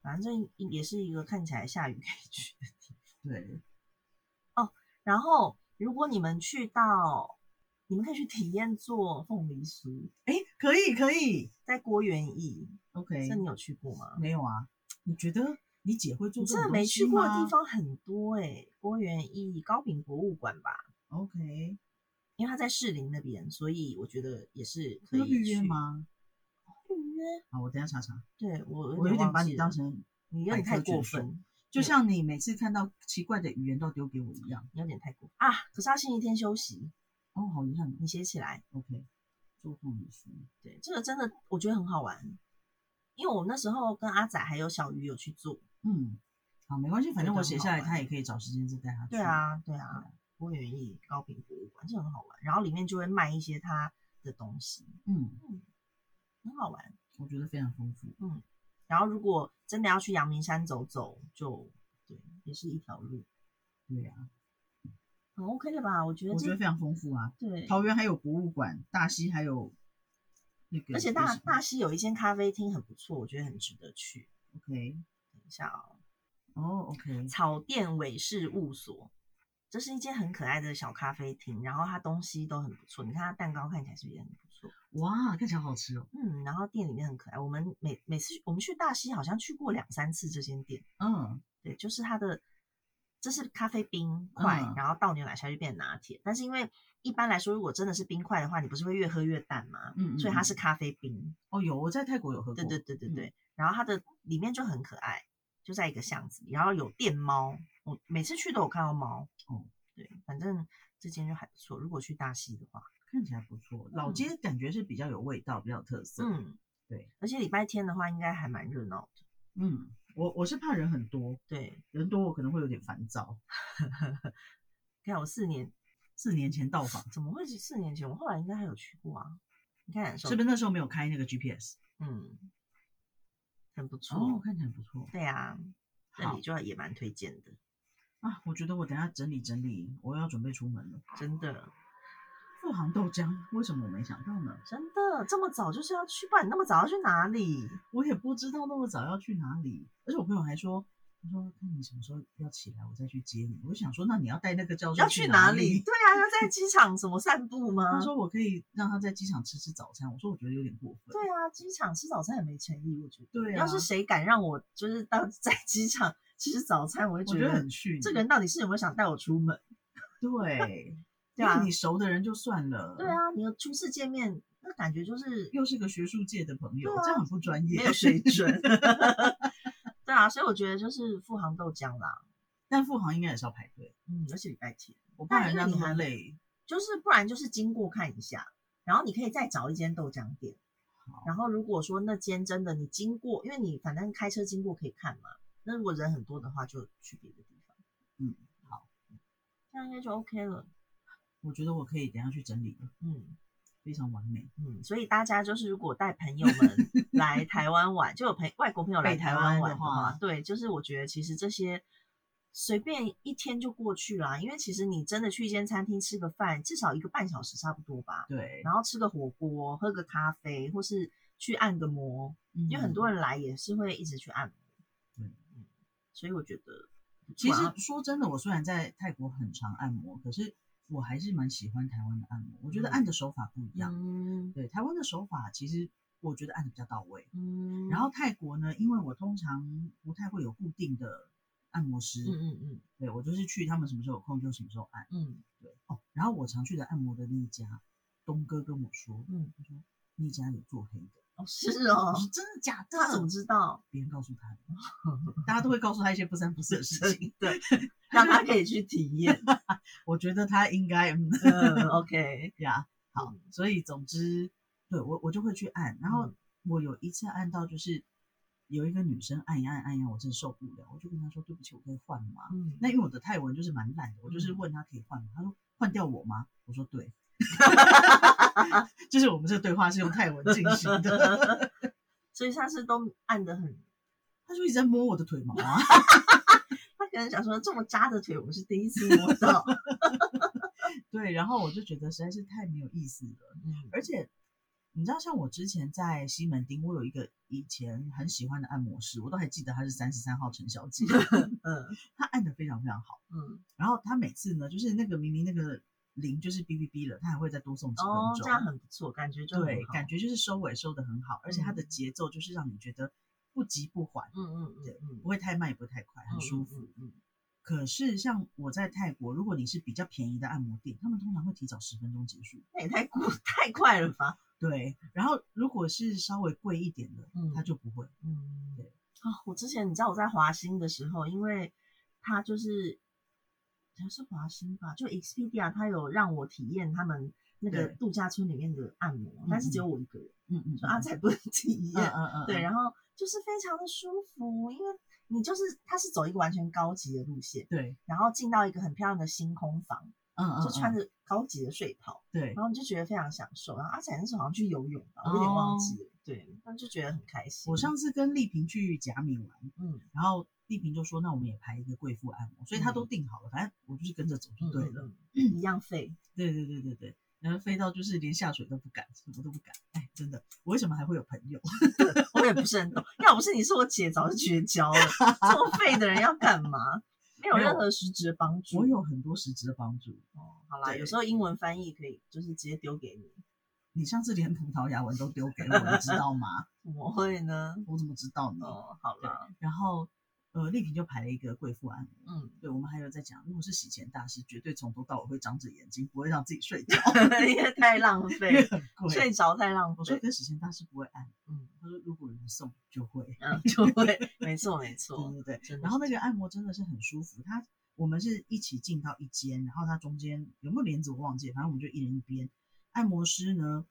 反正也是一个看起来下雨可以去的地方。对，然后，如果你们去到，你们可以去体验做凤梨酥，哎，可以可以在郭园艺， ，OK，这你有去过吗？没有啊？你觉得你姐会做你这种真的东没西去过的吗地方很多哎、郭园艺高饼博物馆吧， ？OK，因为它在士林那边，所以我觉得也是可要以预约去？吗？预约好，我等一下查查。对我，我有点忘把你记当了成你有百点太科全过书分，就嗯像你每次看到奇怪的语言都丢给我一样。你有点太过啊！可是他星期天休息，哦，好遗憾哦。你写起来。 OK，做凤梨酥。对，这个真的我觉得很好玩，因为我那时候跟阿仔还有小鱼有去做。嗯，好，没关系，反正我这写个很下好来，玩他也可以找时间再带他去。对，啊，对啊，我园艺高频博物馆这很好玩，然后里面就会卖一些他的东西，嗯，很好玩。我觉得非常丰富。然后如果真的要去阳明山走走，就对，也是一条路，对啊，很 OK 的吧？我觉得我觉这得非常丰富啊。对，桃园还有博物馆，大溪还有那个，而且大大溪有一间咖啡厅很不错，我觉得很值得去。 OK，等一下哦。哦 OK，草甸尾事务所，这是一间很可爱的小咖啡厅，然后它东西都很不错，你看它蛋糕看起来是不是也很不错？哇，看起来好吃哦。嗯，然后店里面很可爱，我们每每次我们去大溪好像去过两三次这间店，嗯，对，就是它的这是咖啡冰块，嗯然后倒牛奶下去变拿铁，但是因为一般来说如果真的是冰块的话，你不是会越喝越淡吗？嗯嗯所以它嗯是咖啡冰，哦，有我在泰国有喝过。对对对对嗯对，然后它的里面就很可爱，就在一个巷子里，然后有电猫，我每次去都有看到猫。哦，对，反正这间就还不错。如果去大溪的话，看起来不错，老嗯街感觉是比较有味道，比较有特色。嗯，对，而且礼拜天的话应该还蛮热闹的。嗯，我我是怕人很多，对，人多我可能会有点烦躁。你看我四年四年前到访，怎么会是四年前？我后来应该还有去过啊。你看手是不是那时候没有开那个 GPS？嗯，很不错。哦，看起来不错。对啊，那好里就也蛮推荐的，啊，我觉得我等一下整理整理，我要准备出门了。真的富航豆浆，为什么我没想到呢？真的这么早就是要去，不然你那么早要去哪里？我也不知道那么早要去哪里，而且我朋友还说他说看你什么时候要起来，我再去接你。我就想说，那你要带那个教授要去去哪里？ 里？对啊，要在机场什么散步吗他？说我可以让他在机场吃吃早餐。我说我觉得有点过分。对啊，机场吃早餐也没诚意，我觉得。对啊要是谁敢让我就是到 在机场吃早餐，我就我觉觉得得很逊。这个人到底是有没有想带我出门？对，对因啊为你熟的人就算了，对，啊，你有初次见面，那感觉就是又是个学术界的朋友，对啊这样很不专业，没有水 准。对啊，所以我觉得就是富航豆浆啦， 但富航应该也是要排队，嗯，而且礼拜天，我怕但人因为家你那么还累。就是不然就是经过看一下，然后你可以再找一间豆浆店。好然后如果说那间真的你经过，因为你反正开车经过可以看嘛，那如果人很多的话，就去别的地方。嗯，这样应该就 OK 了。我觉得我可以等一下去整理了，嗯非常完美。嗯，所以大家就是如果带 朋友们来台湾玩，就有朋外国朋友来北台台湾湾玩的话话，对，就是我觉得其实这些随便一天就过去啦，因为其实你真的去一间餐厅吃个饭，至少一个半小时差不多吧，对，然后吃个火锅，喝个咖啡，或是去按个摩，因为很多人人来也是会一直去按摩。嗯对嗯，所以我觉得不嗯其错实啊说真的，我虽然在泰国很常按摩，可是我还是蛮喜欢台湾的按摩。我觉得嗯按的手法不一样，嗯对台湾的手法其实我觉得按的比较到位。嗯，然后泰国呢，因为我通常不太会有固定的按摩师，嗯嗯嗯对我就是去他们什么时候有空就什么时候按。嗯对哦，然后我常去的按摩的那一家，东哥跟我说，嗯，他说那家有做黑的，哦是我哦，说真的假的？他怎么知道？别人告诉他的， 大家都会告诉他一些不三不四的事 情。对，让他可以去体验。我觉得他应该嗯嗯，OK， 呀，好，所以总之，对我我就会去按，然后嗯我有一次按到就是有一个女生按一按按一按，我真的受不了，我就跟她说对不起，我可以换吗？嗯，那因为我的泰文就是蛮烂的，我就是问她可以换吗？她说换掉我吗？我说对， 就是我们这个对话是用泰文进行的。 所以他是都按得很，她就一直在摸我的腿毛啊， 他可能想说这么扎的腿我是第一次摸 到。对，然后我就觉得实在是太没有意思了。嗯而且你知道，像我之前在西门町，我有一个以前很喜欢的按摩师，我都还记得她是三十三号陈小 姐，嗯她按的非常非常好。 嗯，然后她每次呢，就是那个明明那个铃就是哔哔哔了，她还会再多送几分哦，钟，这样很不错，感觉就很对，好感觉就是收尾收的很好，而且她的嗯节奏就是让你觉得不急不缓，嗯嗯嗯对嗯不，会太慢也不会太快，很舒服。嗯嗯可是像我在泰国，如果你是比较便宜的按摩店，他们通常会提早十分钟结束。那也 太过太快了吧？对，然后如果是稍微贵一点的，嗯他就不会。嗯对，啊、我之前你知道我在华兴的时候，因为他就是他是华兴吧，就 Expedia，他有让我体验他们那个对度假村里面的按摩，但是只有我一个人，嗯嗯，就阿仔不能体嗯验。嗯嗯，啊对，后然后就是非常的舒服，因为你就是它是走一个完全高级的路线，对，然后进到一个很漂亮的星空房，嗯嗯，就穿着着高级的睡袍，对然，后你就觉得非常享受。然后阿仔那时候好像去游泳吧，我有点忘记了，对，但就觉得很开哦心。我上次跟丽萍去甲米玩，嗯然后丽萍就说，那我们也排一个贵妇按摩，所以她都定好了，反正我就是跟着走就嗯对嗯了。嗯一样费。对对对对对，然后飞到就是连下水都不敢，什么都不敢。哎，真的，我为什么还会有朋友？ 我也不是很懂。要不是你是我姐，早就绝交了。这么废的人要干嘛？没有没有任何实质的帮助。我有很多实质的帮助。哦，好啦，对有时候英文翻译可以，就是直接丢给你。你上次连葡萄牙文都丢给我，你知道吗？ 怎么会呢？我怎么知道呢？哦，好啦，然后呃，丽萍就排了一个贵妇按摩。嗯，对，我们还有在讲，如果是洗钱大师，绝对从头到尾会张着眼睛，不会让自己睡觉，嗯 因为太浪因为费，很贵。睡着太浪我说费。跟洗钱大师不会按，嗯他说如果有人送就会。嗯，就会，没错没对错。对对。真的然后是那个按摩真的是很舒服，它我们是一起进到一间，然后它中间有没有帘子我忘记了，反正我们就一人一边。按摩师呢，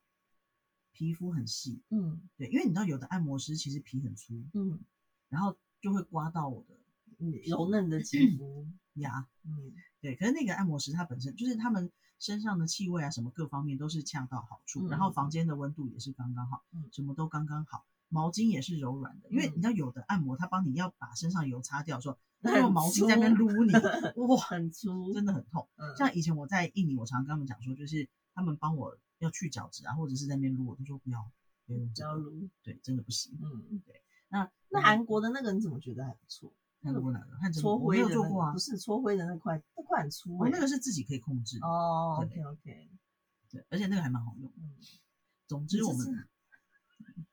皮肤很细，嗯对，因为你知道有的按摩师其实皮很粗，嗯然后就会刮到我的嗯，柔嫩的肌肤， 牙，嗯对，可是那个按摩师他本身就是他们身上的气味啊，什么各方面都是恰到好处，然后嗯房间的温度也是刚刚好，嗯什么都刚刚好，毛巾也是柔软的，因为你知道有的按摩他帮你要把身上油擦掉的时候，那他用很毛巾在那边粗 撸你，哇，很粗，真的很痛。嗯像以前我在印尼，我常跟他们讲说，就是他们帮我要去角质啊，或者是在那边撸，我都说不要，不要用这娇个，柔。对，真的不行。嗯，那那嗯韩国的那个你怎么觉得还不错？看过哪个？汗蒸搓锅我没灰的有那做个过啊不，是搓灰的那块，那块很粗我欸那个是自己可以控制的，哦对，OK OK，对，而且那个还蛮好用的。嗯，总之你我这们是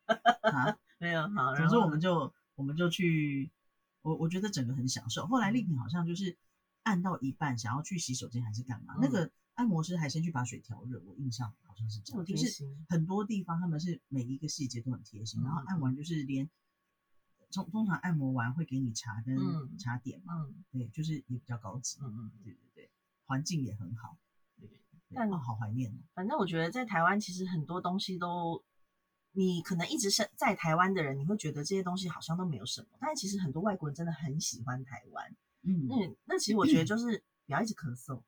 啊，没有好，总然之后我呢们就我们就去，我我觉得整个很享受。后来丽萍好像就是按到一半想要去洗手间还是干嘛，那嗯个按摩师还先去把水调热，我印象好像是这这么样，就哦贴是心，很多地方他们是每一个细节都很贴心，然后嗯按完就是连通通常按摩完会给你茶跟嗯茶点嘛，嗯对，就是也比较高级，嗯嗯，对对对，环境也很好，对对但哦，好怀念哦，反正我觉得在台湾其实很多东西都，你可能一直是在台湾的人，你会觉得这些东西好像都没有什么，但是其实很多外国人真的很喜欢台湾。嗯那那其实我觉得就是不要一直咳嗽。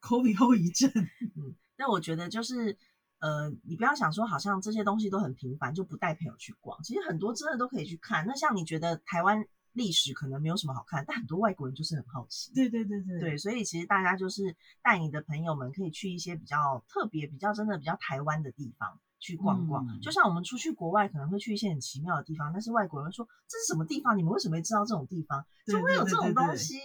，COVID 后遗症， 那我觉得就是，呃，你不要想说好像这些东西都很平凡，就不带朋友去逛。其实很多真的都可以去看。那像你觉得台湾历史可能没有什么好看，但很多外国人就是很好奇。对对对对对，所以其实大家就是带你的朋友们可以去一些比较特别、比较真的比较台湾的地方去逛逛。嗯就像我们出去国外可能会去一些很奇妙的地方，但是外国人会说这是什么地方？你们为什么会知道这种地方？对就会有对这对种对东西。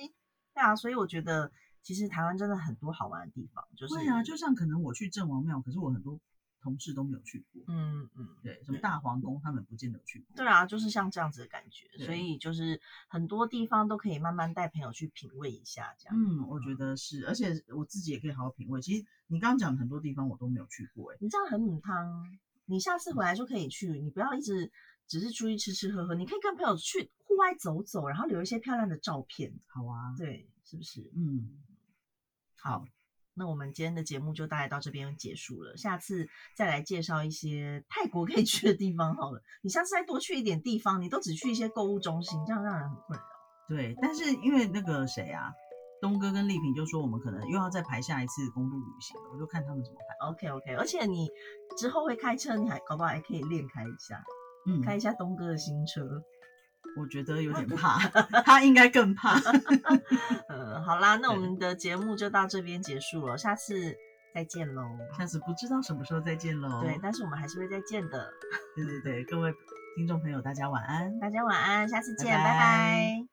对啊，所以我觉得其实台湾真的很多好玩的地方，就是对啊，就像可能我去郑王庙，可是我很多同事都没有去过，嗯嗯。对，什么大皇宫他们不见得有去过，对啊，就是像这样子的感觉，所对以就是很多地方都可以慢慢带朋友去品味一下，这样。嗯，我觉得是，而且我自己也可以好好品味。其实你刚刚讲的很多地方我都没有去过、欸，你这样很母汤，你下次回来就可以去，你不要一直只是出去吃吃喝喝，你可以跟朋友去户外走走，然后留一些漂亮的照片，好啊，对，是不是？嗯，好，那我们今天的节目就大概到这边结束了，下次再来介绍一些泰国可以去的地方好了。你下次再多去一点地方，你都只去一些购物中心，这样让人很困扰。对，但是因为那个谁啊，东哥跟丽萍就说我们可能又要再排下一次公路旅行了，我就看他们怎么排。 OK OK，而且你之后会开车，你还搞不好还可以练开一下，嗯，开一下东哥的新车。我觉得有 点怕，他应该更怕。 嗯，好啦，那我对们的节目就到这边结束了，下次再见喽。下次不知道什么时候再见喽。对，但是我们还是会再见的。对对对，各位听众朋友，大家晚安。大家晚安，下次见，拜拜拜拜